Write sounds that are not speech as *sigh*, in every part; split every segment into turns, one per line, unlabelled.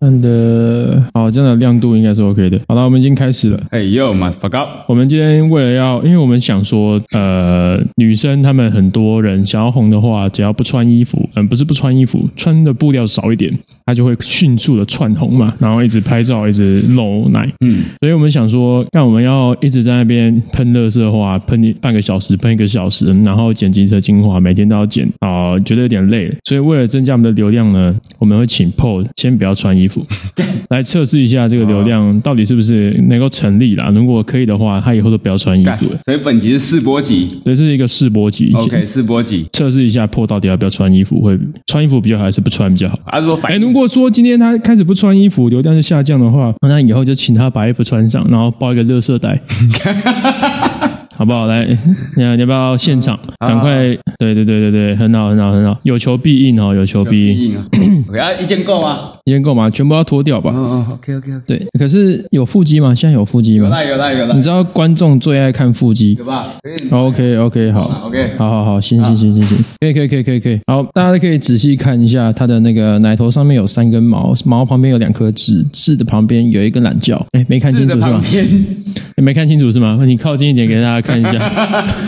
看的呃好，这样的亮度应该是 OK 的。好了，我们已经开始了。
哎呦妈，fuck up！
我们今天为了要，因为我们想说，呃，女生她们很多人想要红的话，只要不穿衣服，嗯、不是不穿衣服，穿的布料少一点，她就会迅速的窜红嘛，然后一直拍照，一直露奶。嗯，所以我们想说，看我们要一直在那边喷乐色话，喷一半个小时，喷一个小时，然后剪辑车精华，每天都要剪啊、觉得有点累了。所以为了增加我们的流量呢，我们会请 PO 先不要穿衣服，
嗯
来测试一下这个流
哦
量到底是不是能够成立啦。如果可以的话，他以后都不要穿衣
干
服了。
所以本集是试播集
这是一个试播集
，OK，试播集。
测试一下破到底要不要穿衣服，会穿衣服比较好还是不穿比较好？
啊，如果
哎，
反
如果说今天他开始不穿衣服，流量就下降的话，哦那以后就请他把衣服穿上，然后包一个热色 *laughs* 袋，好不好？来， *laughs* 你要你要不要现场？赶快，对对对对对，很好很好很好，有求必应哦，有求必应。
硬啊，OK，啊，一件够吗？
今天够吗？全部要脱掉吧。
哦哦，OK，OK，OK，
对，可是有腹肌吗？现在有腹肌
有
吗？
啦有啦有啦
你，知道观众最爱看腹肌
有。吧？可以
OK OK，好。
，OK，
好好好，行行行行行，可以可以可以可以可以，好，大家可以仔细看一下它的那个奶头上面有三根毛，毛旁边有两颗痣，痣的旁边有一根懒觉，哎，没看
字
清楚
的
是
旁
吧？
边，
你没看清楚是吗？你靠近一点给大家看一
*laughs*
下，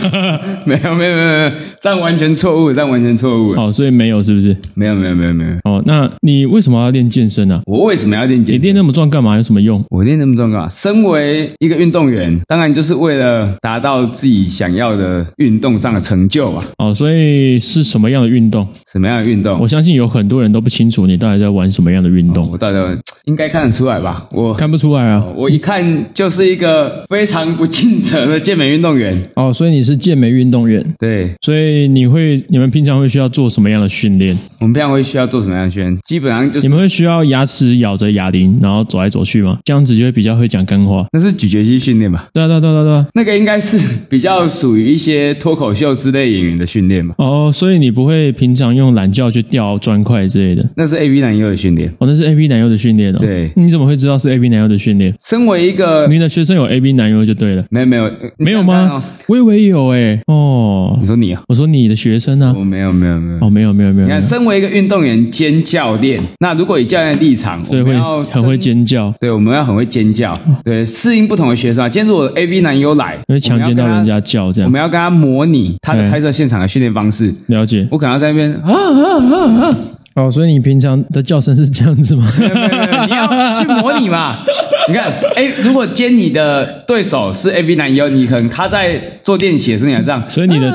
没有没有没有没有，这样完全错误，这样完全错误，
哦，所以没有是不是？
没有没有没有没有，
哦，那你为什么要练健身啊？
我为什么要练
你
健
练那么壮干嘛？有什么用？
我练那么壮干嘛？身为一个运动员，当然就是为了达到自己想要的运动上的成就啊。
哦，所以是什么样的运动？
什么样的运动？
我相信有很多人都不清楚你到底在玩什么样的运动，
我到底应该看得出来吧？我
看不出来啊。
哦我一看就是一个非常不尽责的健美运动
*laughs*
员。
哦，所以你是健美运动员，
对
所以你会你们平常会需要做什么样的训练？
我们平常会需要做什么样的训练？基本上就
你
是
们会需要牙齿咬着哑铃，然后走来走去吗？这样子就会比较会讲干话。
那是咀嚼肌训练吧？
对啊，对啊，对啊，对啊。
那个应该是比较属于一些脱口秀之类演员的训练吧？
哦，所以你不会平常用懒觉去钓砖块之类的。
那是 A V 男优的训练。
哦，那是 A B 男优的训练哦。
对
你怎么会知道是 A B 男优的训练？
身为一个
你的学生有 A B 男优就对了，
没有没有呃
没有
你想想看哦
吗？我以为有诶、哦
你，说你啊？
我说你的学生啊。
我没有没有没有。
哦，没有，没有，没有。
你
没有
看，身为一个运动员兼教练，那如果以教练的立场，
所以
我们
会
要
很会
针，
尖叫，
对，我们要很会尖叫，对，适应不同的学生啊。今天如果 A V 男优来，
会强奸到人家叫这
我
样。
们要跟他，我们要跟他模拟他的
嗯
拍摄现场的训练方式。
了解。
我可能要在那边啊啊啊啊！
哦，所以你平常的叫声是这样子吗？
没有没有没有你要去模拟嘛？ *laughs* 你看，哎，如果兼你的对手是 A V 男优，你可能他在做练习的时候你要这样。
*laughs* 所以你的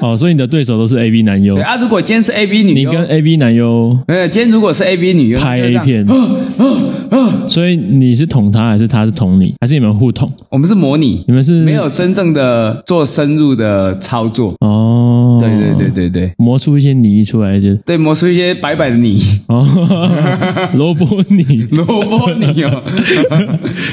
哦，所以你的对手都是 A B 男优
对，啊，如果今天是 A V 女
你
优，
跟 A B 男优
没有，今天如果是 A V 女优，
拍
就这
A
样，
片，所以你是捅他，还是他是捅你，还是你们互捅？
我们是模拟
你。们是
没有真正的做深入的操作。
嗯哦？
对对对，对对
磨出一些泥出来就
对，磨出一些白白的泥，
*laughs* 哦，萝卜泥。
萝卜
*laughs*
泥哦，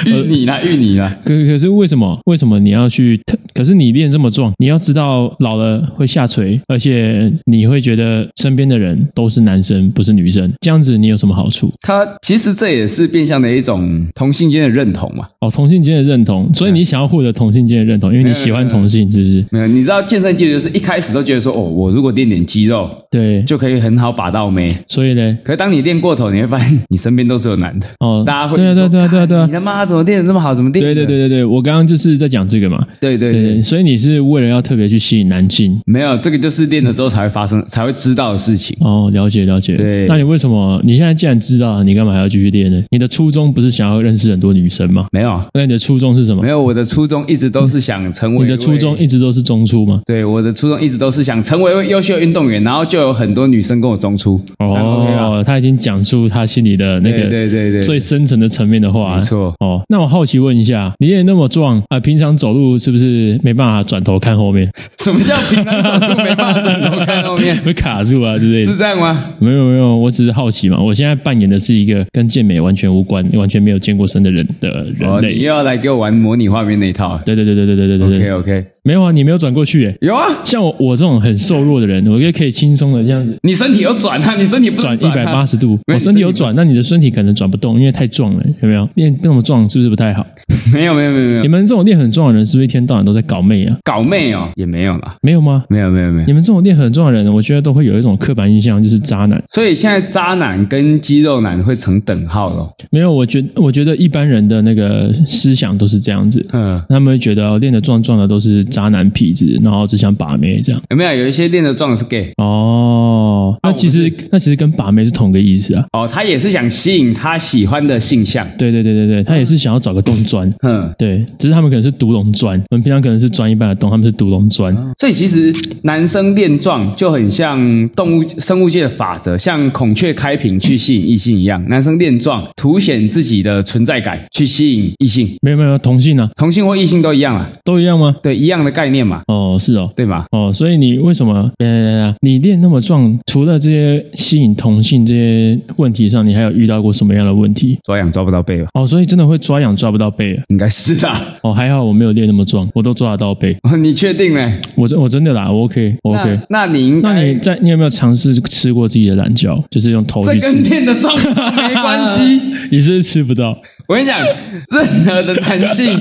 芋泥啦，芋泥啦。
可可是为什么？为什么你要去？可是你练这么壮，你要知道老了会下垂，而且你会觉得身边的人都是男生，不是女生，这样子你有什么好处？
它其实这也是变相的一种同性间的认同嘛。
哦，同性间的认同，所以你想要获得同性间的认同，因为你喜欢同性，是不是？
没有，你知道健身界就是一开始都觉得说，哦，我如果练点肌肉
对，
就可以很好把到妹。
所以呢，
可是当你练过头，你会发现你身边都只有男的，
哦，
大家会
对啊，对啊，
说
对啊，
哎
对啊，对啊
你，他妈怎么练的那么好？怎么练
对
的？
对对对对，我刚刚就是在讲这个嘛，
对对
对
对
对，
对，
所以你是为了要特别去吸引男性。
没有，这个就是练了之后才会发生，才会知道的事情。
哦，了解了解。
对
那你为什么你现在既然知道了，你干嘛还要继续练呢？你的初衷不是想要认识很多女生吗？
没有，
那你的初衷是什么
没？有，我的初衷一直都是想成为
你的初
一
衷
位。
一直都是中出吗？
对，我的初衷一直都是想成为一位优秀的运动员，然后就有很多女生跟我中出。这样 OK 吧，
哦，他已经讲出他心里的那
对
个
对对对，
最深层的层面的话。
没错。
哦，那我好奇问一下，你也那么壮啊、平常走路是不是没办法转头看后面，
什么叫平常走路 *laughs* 没办法转头看后
*laughs*
面？
会卡住啊之类的
是？这样吗？
没有没有，我只是好奇嘛。我现在扮演的是一个跟健美完全无关、完全没有健过身的人的人
哦，你
类。嗯
又要来给我玩模拟画面那一套
对对对对对对对对
？OK
对，
OK，
没有啊，你没有转过去耶。
有啊，
像我我这种很瘦弱的人，我就可以轻松的这样子
你身体有转啊，你身体不
转
能
一百
啊
八十度。哦
没有
我身体有转，那你的身体可能转不动，因为太壮了，有没有？练那么壮是不是不太好？
没有没有没有没有
你，们这种练很重的人，是不是一天到晚都在搞妹啊？
搞妹哦，也没有啦，
没有吗？
没有没有没有
你。们这种练很重的人，我觉得都会有一种刻板印象，就是渣男。
所以现在渣男跟肌肉男会成等号咯。
没有，我觉我觉得一般人的那个思想都是这样子，
嗯，
他们会觉得哦练得壮壮的都是渣男痞子，然后只想把妹这样。
有没有有一些练得壮的是 gay
哦，那其实、那其实跟把妹是同个意思啊。
哦，他也是想吸引他喜欢的性向。
对对对对对，他也是想要找个洞钻。
嗯，
对，只是他们可能是独龙钻，我们平常可能是钻一般的洞，他们是独龙钻。
所以其实男生练壮就很像动物生物界的法则，像孔雀开屏去吸引异性一样，男生练壮凸显自己的存在感，去吸引异性，
没有没有，同性啊，
同性或异性都一样啊，
都一样吗？
对，一样的概念嘛，
哦，是哦，
对吧？
哦，所以你为什么？等一下等一下等一下你练那么壮，除了这些吸引同性这些问题上，你还有遇到过什么样的问题？
抓痒抓不到背吧？
哦，所以真的会抓痒抓不到背啊。
应该是啦， *laughs*
哦，还好我没有练那么壮，我都抓得到背。
你确定呢
我真我真的啦，我 OK，我 OK。
那那你应该
那你在你有没有尝试吃过自己的懒觉？就是用头
这
去
跟
吃，
练的壮没关
*laughs*
系。
你是不是吃不到？
我跟你讲，任何的男
*laughs*
性，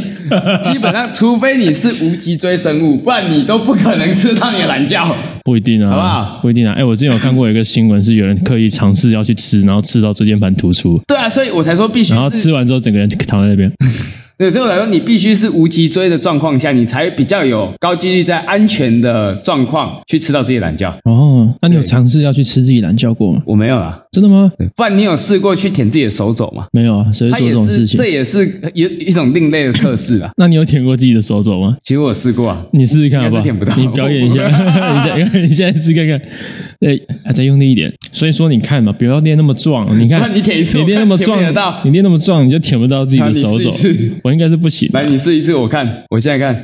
基本上除非你是无脊椎生物，不然你都不可能吃到你的懒觉。
不一定啊，
好不好
一定啊。哎，我之前有看过一个新闻，是有人刻意尝试要去吃，然后吃到椎间盘突出，
对啊，所以我才说必须
然后
是，
吃完之后整个人躺在那边。
对，所以我才说你必须是无脊椎的状况下，你才比较有高几率在安全的状况去吃到自己的懒觉。
哦，那你有尝试要去吃自己懒觉过吗？
我没有啊，
真的吗？
不然你有试过去舔自己的手肘吗？
没有啊，谁会
它
做
也
这种
是，
事情
这？也是一一种另类的测
*laughs*
试啊。
那你有舔过自己的手肘吗？
其实我有试过啊，
你试试看好
应该是
好？
舔不到
你表演一
*laughs*
下，你再 *laughs* 你现在试看看，哎，还再用力一点。所以说，你看嘛，不要练那么壮。啊你
那
看
你舔一次
你练那么壮
我看舔不得到，
你练那么壮，你就舔不到自己的手肘
好你试一次。 *laughs*
我应该是不行的，
来你试一次，我看，我现
*laughs*
在看。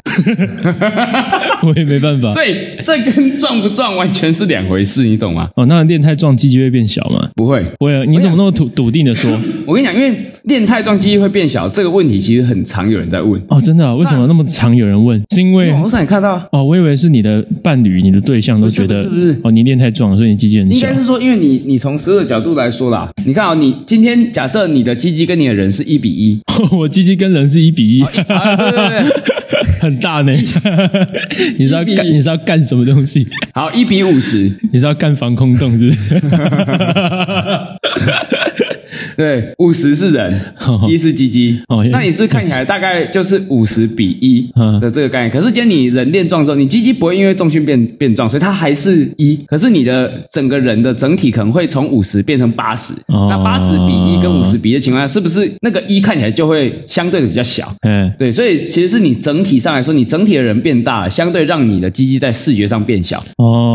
我也没办法。
*laughs* 所以这跟壮不壮完全是两回事，你懂吗？
哦，那练太壮，肌肌会变小嘛？
不会，
不会啊，你怎么那么笃笃定的说？
*laughs* 我跟你讲，因为练太壮肌会变小这个问题，其实很常有人在问。
哦，真的啊、为什么那么常有人问？是因为
网络上也看到啊，
哦，我以为是你的伴侣、你的对象都觉得
不是不是不是
哦，你练太壮了，所以你肌肌很
应
小
该。是说，因为你你从食物的角度来说啦，你看啊、你今天假设你的鸡鸡跟你的人是一比一，
*laughs* 我鸡鸡跟人是一比一、
啊对对对，
*laughs* 很大呢。你是要
一比
干
一
你是要干什么东西？
好一比五十，
你是要干防空洞是不是？ *laughs*
*laughs* 对，五十是人，一是鸡鸡
哦，
那你是看起来大概就是五十比一
嗯
的这个概念。可是，今天你人练壮之后，你鸡鸡不会因为重训变变壮，所以它还是一。可是你的整个人的整体可能会从五十变成八十。
哦
那八十比一跟五十比一的情况下，是不是那个一看起来就会相对的比较小？
哎，
对，所以其实是你整体上来说，你整体的人变大了，相对让你的鸡鸡在视觉上变小。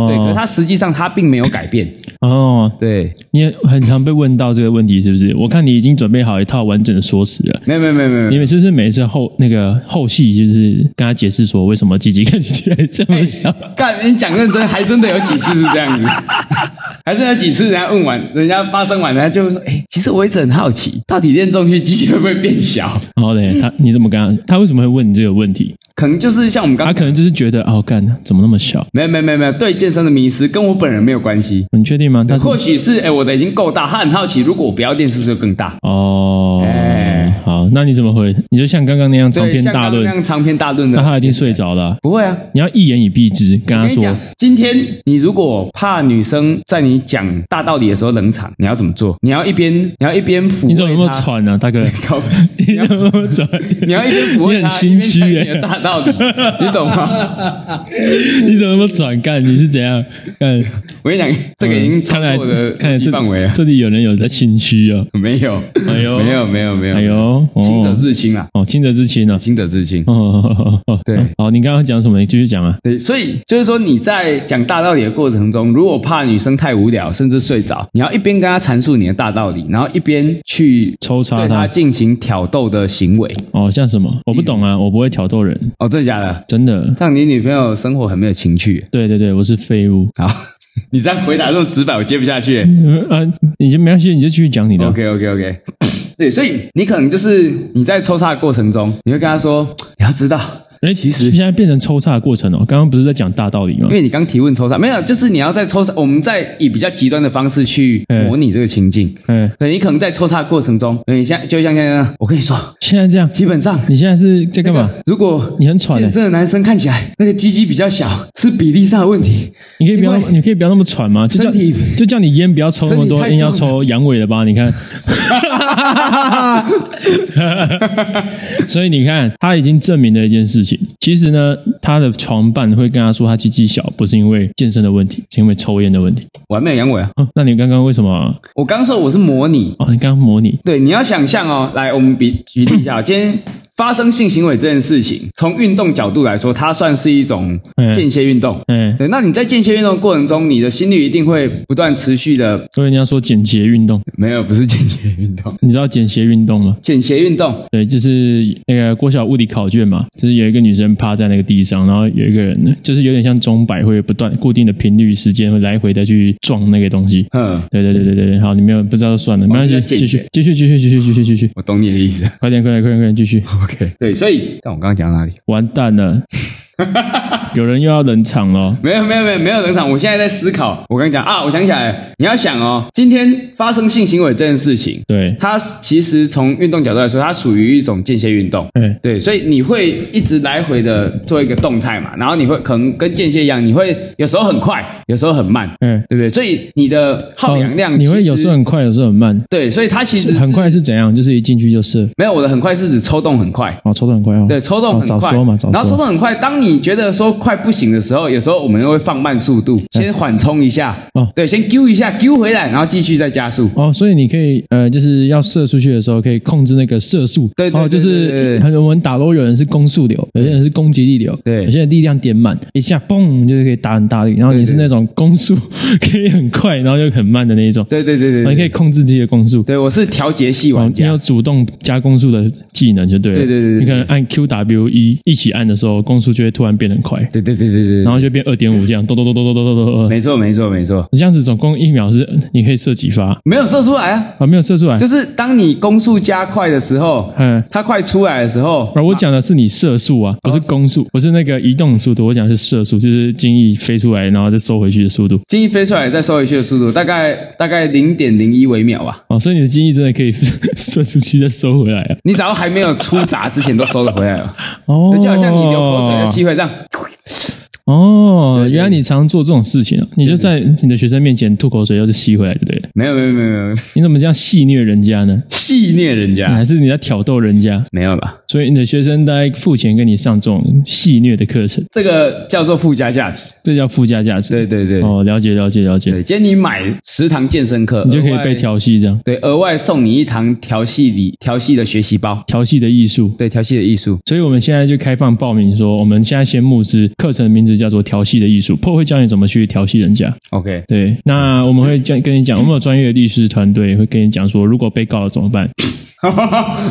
对，可是
哦，
它实际上它并没有改变。
哦，
对，
你也很常被问到这个问题是不是？我看你已经准备好一套完整的说辞了。
没有没有没有没有没有
你。们是不是每一次后那个后戏就是跟他解释说为什么鸡鸡看起来这么小？
干，你讲认真，还真的有几次是
*laughs*
这样子，还真的有几次人家问完，人家发生完，人家就会说，哎、其实我一直很好奇，到底练重训机器会不会变小？
然后嘞，他你怎么跟他？他为什么会问你这个问题？
可能就是像我们刚
他可能就是觉得哦，干怎么那么小？
没有没有没有没有对健身的迷失，跟我本人没有关系。
你确定吗？他是
或许是哎、我的已经够大，他很好奇，如果我不要练，是不是就更大？
哦，
哎
好，那你怎么回？你就像刚刚那样长
对，
篇
像
大
刚刚
论
那，样长篇大论
那
的，
他已经睡着了啊、
不会啊。
你要一言以蔽之，跟
我
他
跟你
说
讲，今天你如果怕女生在你讲大道理的时候冷场，你要怎么做？你要一边你要一边抚
你
慰
怎么那么
她 *laughs*
喘呢、啊，大哥？
靠背
你怎么那么喘？
*laughs* 你要一边抚慰
你
他，
很心虚
一边
耶
讲你的大道理， *laughs* 你懂吗？
你怎么那么喘？干，你是怎样？干，嗯
我跟你讲，这个已经超
看
出
来
我的
看来
手机
这
范围了。
这里有人有在心虚啊！
没有，
哎呦
没有，没有，没有，
哎呦，哦
清者自清啦，
哦，清者自清 *laughs* 啊！
清者自清。
哦哦哦哦，
对
好，你刚刚讲什么？你继续讲啊。
对，所以就是说你在讲大道理的过程中，如果怕女生太无聊甚至睡着，你要一边跟她阐述你的大道理，然后一边去
抽插
对她
他
进行挑逗的行为。
哦，像什么？我不懂啊，
嗯
我不会挑逗人，
哦，真的假的？
真的。
让你女朋友生活很没有情趣。
对对对，我是废物。 *laughs*
好， *laughs* 你这样回答这么直白，我接不下去。
嗯啊，你就没关系，你就继续讲你的。
OK OK OK，对，所以你可能就是你在抽插的过程中，你会跟他说，你要知道
哎，其实现在变成抽插的过程哦，刚刚不是在讲大道理吗
因？为你刚提问抽查，没有，就是你要在抽查，我们在以比较极端的方式去
嗯
模拟这个情境。
哎，
可能你可能在抽查过程中，你像就像现在，我跟你说，
现在这样，
基本上
你现在是在干嘛？
如果
你很喘欸
健身的男生看起来那个鸡鸡比较小，是比例上的问题。 *laughs*
你可以不要
因，为
你可以不要那么喘吗？就叫
身体
就叫你烟不要抽那么多，
身体太
硬要
重
抽阳痿的吧？你看，所以你看，他已经证明了一件事情。其实呢，他的床伴会跟他说他鸡鸡小，不是因为健身的问题，是因为抽烟的问题。
我还没有阳痿啊！
哦那你刚刚为什么？
我刚说我是模拟，
哦，你刚刚模拟，
对，你要想象哦。来，我们比举例一下，今天发生性行为这件事情，从运动角度来说，它算是一种
嗯
间歇运动。
嗯，
对，那你在间歇运动的过程中，你的心率一定会不断持续的，
所以你要说简洁运动，
没有，不是间歇运动，
你知道简洁运动吗？
间歇运动。
对，就是那个国小物理考卷嘛，就是有一个女生趴在那个地上，然后有一个人，就是有点像钟摆，会不断固定的频率、时间会来回的去撞那个东西。
嗯，
对对对对对对，好，你没有不知道就算了，没关系，
我们在
继
解
续
决
继续继续继续继续继续，
我懂你的意思。
快点快点快点快点继续，
OK，对，所以但我刚刚讲到哪里？
完蛋
*laughs*
了，有人又要冷场了。
没有没有没有没有冷场，我现在在思考。我刚刚讲啊，我想起来了，你要想哦，今天发生性行为这件事情，
对，
它其实从运动角度来说，它属于一种间歇运动。
哎，
对，所以你会一直来回的做一个动态嘛，然后你会可能跟间歇一样，你会有时候很快，有时候很慢，
嗯
对不对？所以你的耗氧量、
哦你会有时候很快，有时候很慢，
对，所以它其实
是很
是
快是怎样？就是一进去就射，
没有我的很快是指抽动很快，
哦，抽的很快哦。
对，抽动
哦
很
早
快，
说嘛，早
然后抽
说。
动很快，当你觉得说快不行的时候，有时候我们又会放慢速度，先缓冲一下，
哎哦
对，先揪一下，揪回来，然后继续再加速。
哦，所以你可以呃，就是要射出去的时候，可以控制那个射速。
对对
哦，就
对对对
是
对
很多我们打 l 有人是攻速流，有些人是攻击力流，
对
有些人力量点满，一下嘣就是可以打很大力。然后你是那种攻速 *laughs* 可以很快，然后又很慢的那一种，
对对对对
然哦后你可
对，
以控制自己的攻速。
对我是调节系
哦
玩
你
家
有，主动加攻速的技能就对了。
对对对对
你可能按 Q W 一一起按的时候，攻速就会突然变得很快，
对对对对
然
对，
后就变二点五这样，咚咚咚咚咚咚咚咚咚。
没错没错没错，
你这样子总共一秒是你可以射几发
没有射出来啊，
啊？没有射出来，
就是当你攻速加快的时候，
嗯。
它快出来的时候，
而我讲的是你射速啊，不是攻速，不是那个移动速度，我讲的是射速，就是精翼飞出来然后再收回去的速度。
精英飞出来再收回去的速度，大概大概零点零一微秒吧。
哦，所以你的精翼真的可以射出去再收回来啊！
你只要还没有出闸之前都收得回来了，
哦，
就好像你流口水要吸回来这样。
哦，原来你常做这种事情啊！你就在你的学生面前吐口水，然后就吸回来，对不对了？
没有没有没有没有，
你怎么这样戏虐人家呢？
戏虐人家
还是你在挑逗人家？
没有吧？
所以你的学生大概付钱跟你上这种戏虐的课程，
这个叫做附加价值。
这叫附加价值。
对对对、
哦，了解了解了解，
对，今天你买十堂健身课，
你就可以
额外
被。调戏这样，
对，额外送你一堂调戏里调戏的学习包。
调戏的艺术。
对，调戏的艺术。
所以我们现在就开放报名说，我们现在先募资，课程名字叫做“调戏的艺术 ”，PO 会教你怎么去调戏人家。
OK，
对，那我们会讲跟你讲，我们有专业的律师团队会跟你讲说，如果被告了怎么办？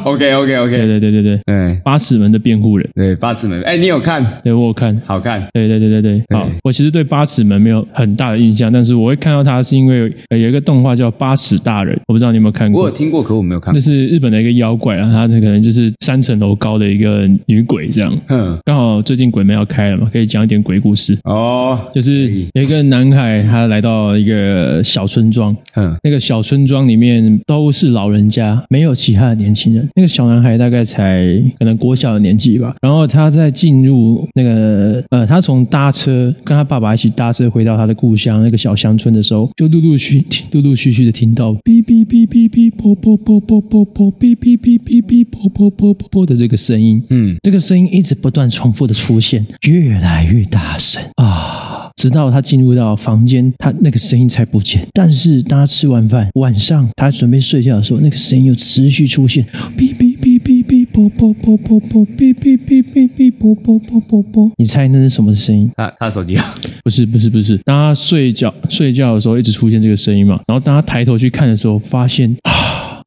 OK OK
对
OK。
对对对对，
对
八尺门的辩护人，
对，八尺门。哎，你有看？
对我有看。
好看。
对对对对对，好，我其实对八尺门没有很大的印象，但是我会看到它是因为有呃有一个动画叫《八尺大人》，我不知道你有没有看过。
我有听过，可我没有看
就
过。
是日本的一个妖怪啊，她可能就是三层楼高的一个女鬼这样。
哼，
刚好最近鬼门要开了嘛，可以讲一点鬼故事。
哦，
就是有一个男孩，他来到一个小村庄，
哼，
那个小村庄里面都是老人家，没有其他的年轻人。那个小男孩大概才可能国小的年纪吧。然后他在进入那个呃，他从搭车跟他爸爸一起搭车回到他的故乡那个小乡村的时候，就陆陆续陆陆续续的听到哔哔哔哔哔啵啵啵啵啵啵哔哔哔哔哔啵啵啵啵啵的这个声音。
嗯，
这个声音一直不断重复的出现，越来越大声啊，直到他进入到房间，他那个声音才不见。但是当他吃完饭，晚上他准备睡觉的时候，那个声音又持续出现，哔哔哔哔哔啵啵啵啵啵，哔哔哔哔哔啵啵啵啵啵。你猜那是什么声音？
他他的手机啊。
不是不是不是，当他睡觉睡觉的时候一直出现这个声音嘛，然后当他抬头去看的时候，发现啊。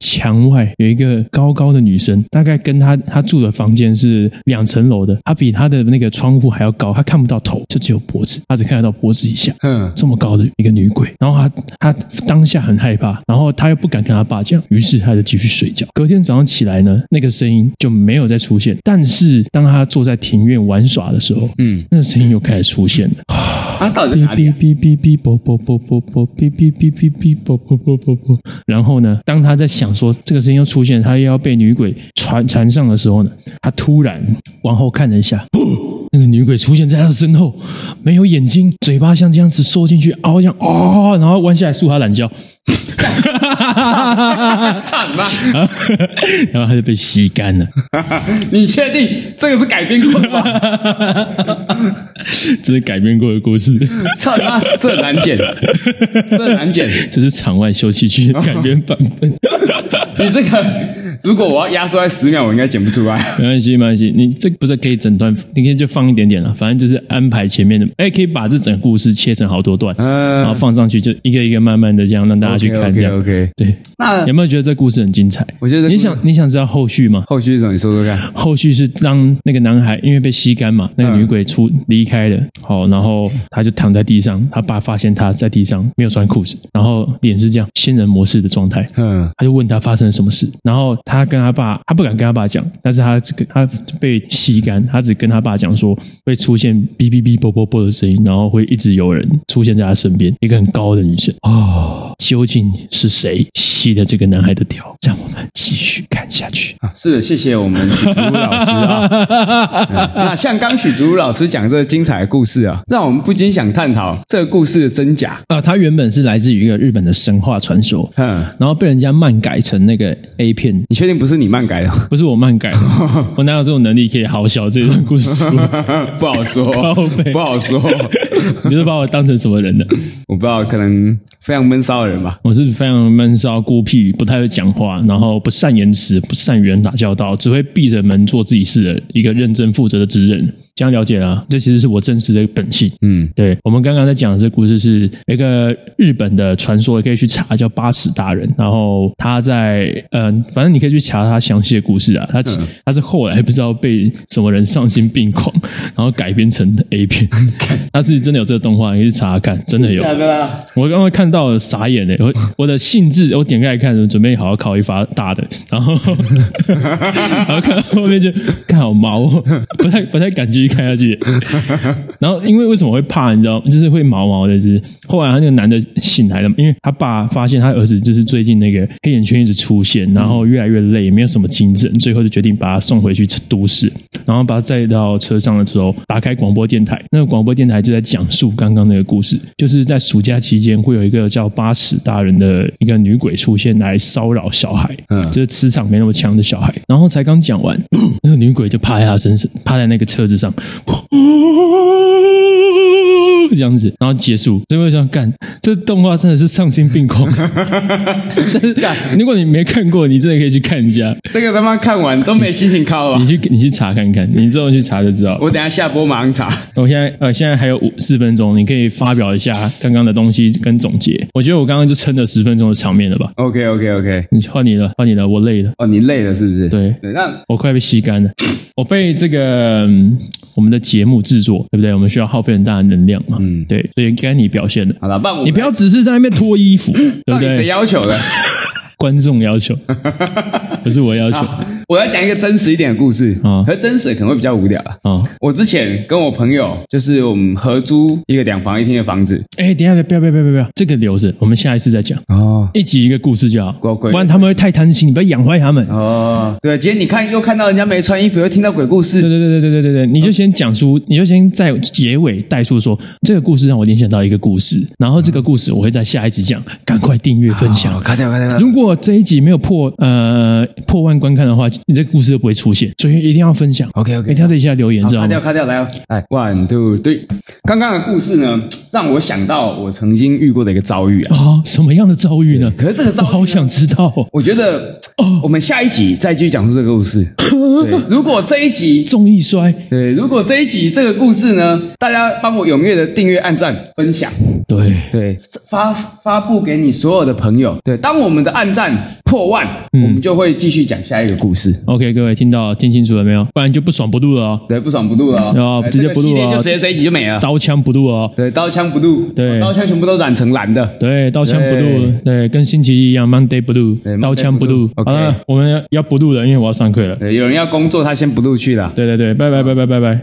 墙外有一个高高的女生，大概跟她她住的房间是两层楼的，她比她的那个窗户还要高，她看不到头，就只有脖子，她只看得到脖子以下。
*laughs* 嗯，
这么高的一个女鬼，然后她她当下很害怕，然后她又不敢跟她爸讲，于是她就继续睡觉。隔天早上起来呢，那个声音就没有再出现，但是当她坐在庭院玩耍的时候，
嗯，
那个声音又开始出现了，
啊，到底在
哔
哪里
哔
啊？
哔哔哔啵啵啵啵啵哔哔哔哔哔啵啵啵啵啵。然后呢，当她在想说这个声音又出现，她又要被女鬼缠缠上的时候呢，她突然往后看了一下，那个女鬼出现在他的身后，没有眼睛，嘴巴像这样子缩进去，凹这样哦，然后弯下来竖他懒觉，
*laughs* 操你妈！
然后他就被吸干了。
你确定这个是改编过的吗？ *laughs*
这是改编过的故事，
操你妈！这很难剪，这很难剪。
这是场外休息区的改编版本。
你这个，如果我要压缩在十秒，我应该剪不出来。
没关系，没关系，你这不是可以整段，你可以就放一点点了，反正就是安排前面的，哎，可以把这整个故事切成好多段，
嗯
然后放上去，就一个一个慢慢的这样让大家去看，这
OK
样
OK。
对。
那
有没有觉得这故事很精彩？
我觉得这
你
故事
想你想知道后续吗？
后续是什么？你说说看。
后续是当那个男孩因为被吸干嘛，那个女鬼出离开了，好，然后他就躺在地上，他爸发现他在地上没有穿裤子，然后脸是这样仙人模式的状态。
嗯
他就问他发生了什么事，然后他跟他爸，他不敢跟他爸讲，但是他这个他被吸干，他只跟他爸讲说会出现哔哔哔啵啵啵的声音，然后会一直有人出现在他身边，一个很高的女生。哦，究竟是谁吸了这个男孩的条？让我们继续看下去。
啊，是的，谢谢我们许竹老师 *laughs* 啊。那像刚许竹老师讲这个精彩的故事啊，让我们不禁想探讨这个故事的真假。
啊，它原本是来自于一个日本的神话传说，
嗯，
然后被人家漫改成那个 A 片，
你确定不是你漫改的吗？
不是我漫改的，我哪有这种能力可以好小这段故事书？ *laughs*
*laughs* 不好说
靠背，
不好说，
*laughs* 你是把我当成什么人呢？
我不知道，可能非常闷骚的人吧。
我是非常闷骚、孤僻，不太会讲话，然后不善言辞，不善与人打交道，只会闭着门做自己事的一个认真负责的职人。这样了解啦，这其实是我真实的本性。
嗯
对我们刚刚在讲的这故事是一个日本的传说，可以去查叫八尺大人。然后他在嗯、反正你可以去查他详细的故事啊。他、他是后来不知道被什么人丧心病狂，然后改编成的 A 片。他是真的有这个动画，你可以去查查看，真的有。
的啦，
我刚刚看到了傻眼嘞、我我的兴致，我点开来看，准备好好烤一发大的，然后 *laughs* 然后看到后面就看好毛、哦，不太不太敢继续看下去。然后因为为什么会怕，你知道，就是会毛毛的，就是后来他那个男的醒来了嘛，因为他爸发现他儿子就是最近那个黑眼圈一直出现，然后越来越累，没有什么精神，最后就决定把他送回去都市，然后把他载到车上的时候，打开广播电台，那个广播电台就在讲述刚刚那个故事，就是在暑假期间会有一个叫八尺大人的一个女鬼出现来骚扰小孩，
嗯
就是磁场没那么强的小孩，然后才刚讲完，那个女鬼就趴在他身上，趴在那个车子上， *laughs* 这样子，然后结束。所以我想，干这动画真的是丧心病狂，真是干。如果你没看过，你真的可以去看一下，
这个他妈看完都没心情敲
你
了。
去你去查看看，你之后去查就知道。
我等一下下播马上查。
我现在呃，现在还有五四分钟，你可以发表一下刚刚的东西跟总结。我觉得我刚刚就撑了十分钟的场面了吧？
OK OK OK。
你换你了，换你了，我累了，
哦，你累了是不是？
对
对，那
我快被吸干了，我被这个、嗯我们的节目制作，对不对？我们需要耗费很大的能量嘛，嗯，对，所以该你表现了。
好了，办我
你不要只是在那边脱衣服，对
啊嗯到
不
底谁
对？
要求的？ *laughs*
观众要求，不是我要求啊、
好我要讲一个真实一点的故事
嗯
可是真实的可能会比较无聊啊。
哦！
我之前跟我朋友，就是我们合租一个两房一厅的房子。
哎、等一下，不要不要不要不要不要，这个留着，我们下一次再讲。
哦
一集一个故事就好，
乖乖
不然他们会太贪心，你不要养坏他们。
哦，对，今天你看又看到人家没穿衣服，又听到鬼故
对
事。
对对对对对对，你就先讲出，你就先在结尾带出说这个故事让我联想到一个故事，然后这个故事我会在下一集讲，赶快订阅分享。
好，快点快点快点！
如果这一集没有破呃破万观看的话，你这故事就不会出现，所以一定要分享。
OK OK，
哎，他这一下留言知道
卡掉，
吗？
卡掉，来哦！哎，one two three，刚刚的故事呢，让我想到我曾经遇过的一个遭遇啊。
啊，什么样的遭遇呢？
可是这个遭
*laughs* 我
遇呢，
好哦想知道哦，
我觉得我们下一集再继续讲述这个
*laughs*
故事。对，如果这一集，
重易摔，
对，如果这一集这个故事呢，大家帮我踊跃的订阅、按赞、分享，
对，
对，发发布给你所有的朋友。对，当我们的按赞破万，
嗯
我们就会继续讲下一个故事。
OK，各位听到听清楚了没有？不然就不爽不录了哦，
对，不爽不录了
哦
哎
直接不录
这个系列
了
就直接这一集就没了。
刀枪不入哦。
对，刀枪不入，
对
刀枪全部都染成蓝的。
对，刀枪不入
对，
对，跟星期一一样，Monday 不入
对，，Monday
刀枪不入
不。
好
入
了
OK，
我们要要不入了，因为我要上课了。
对，有人要工作，他先不录去了。
对对对，拜拜拜拜拜拜。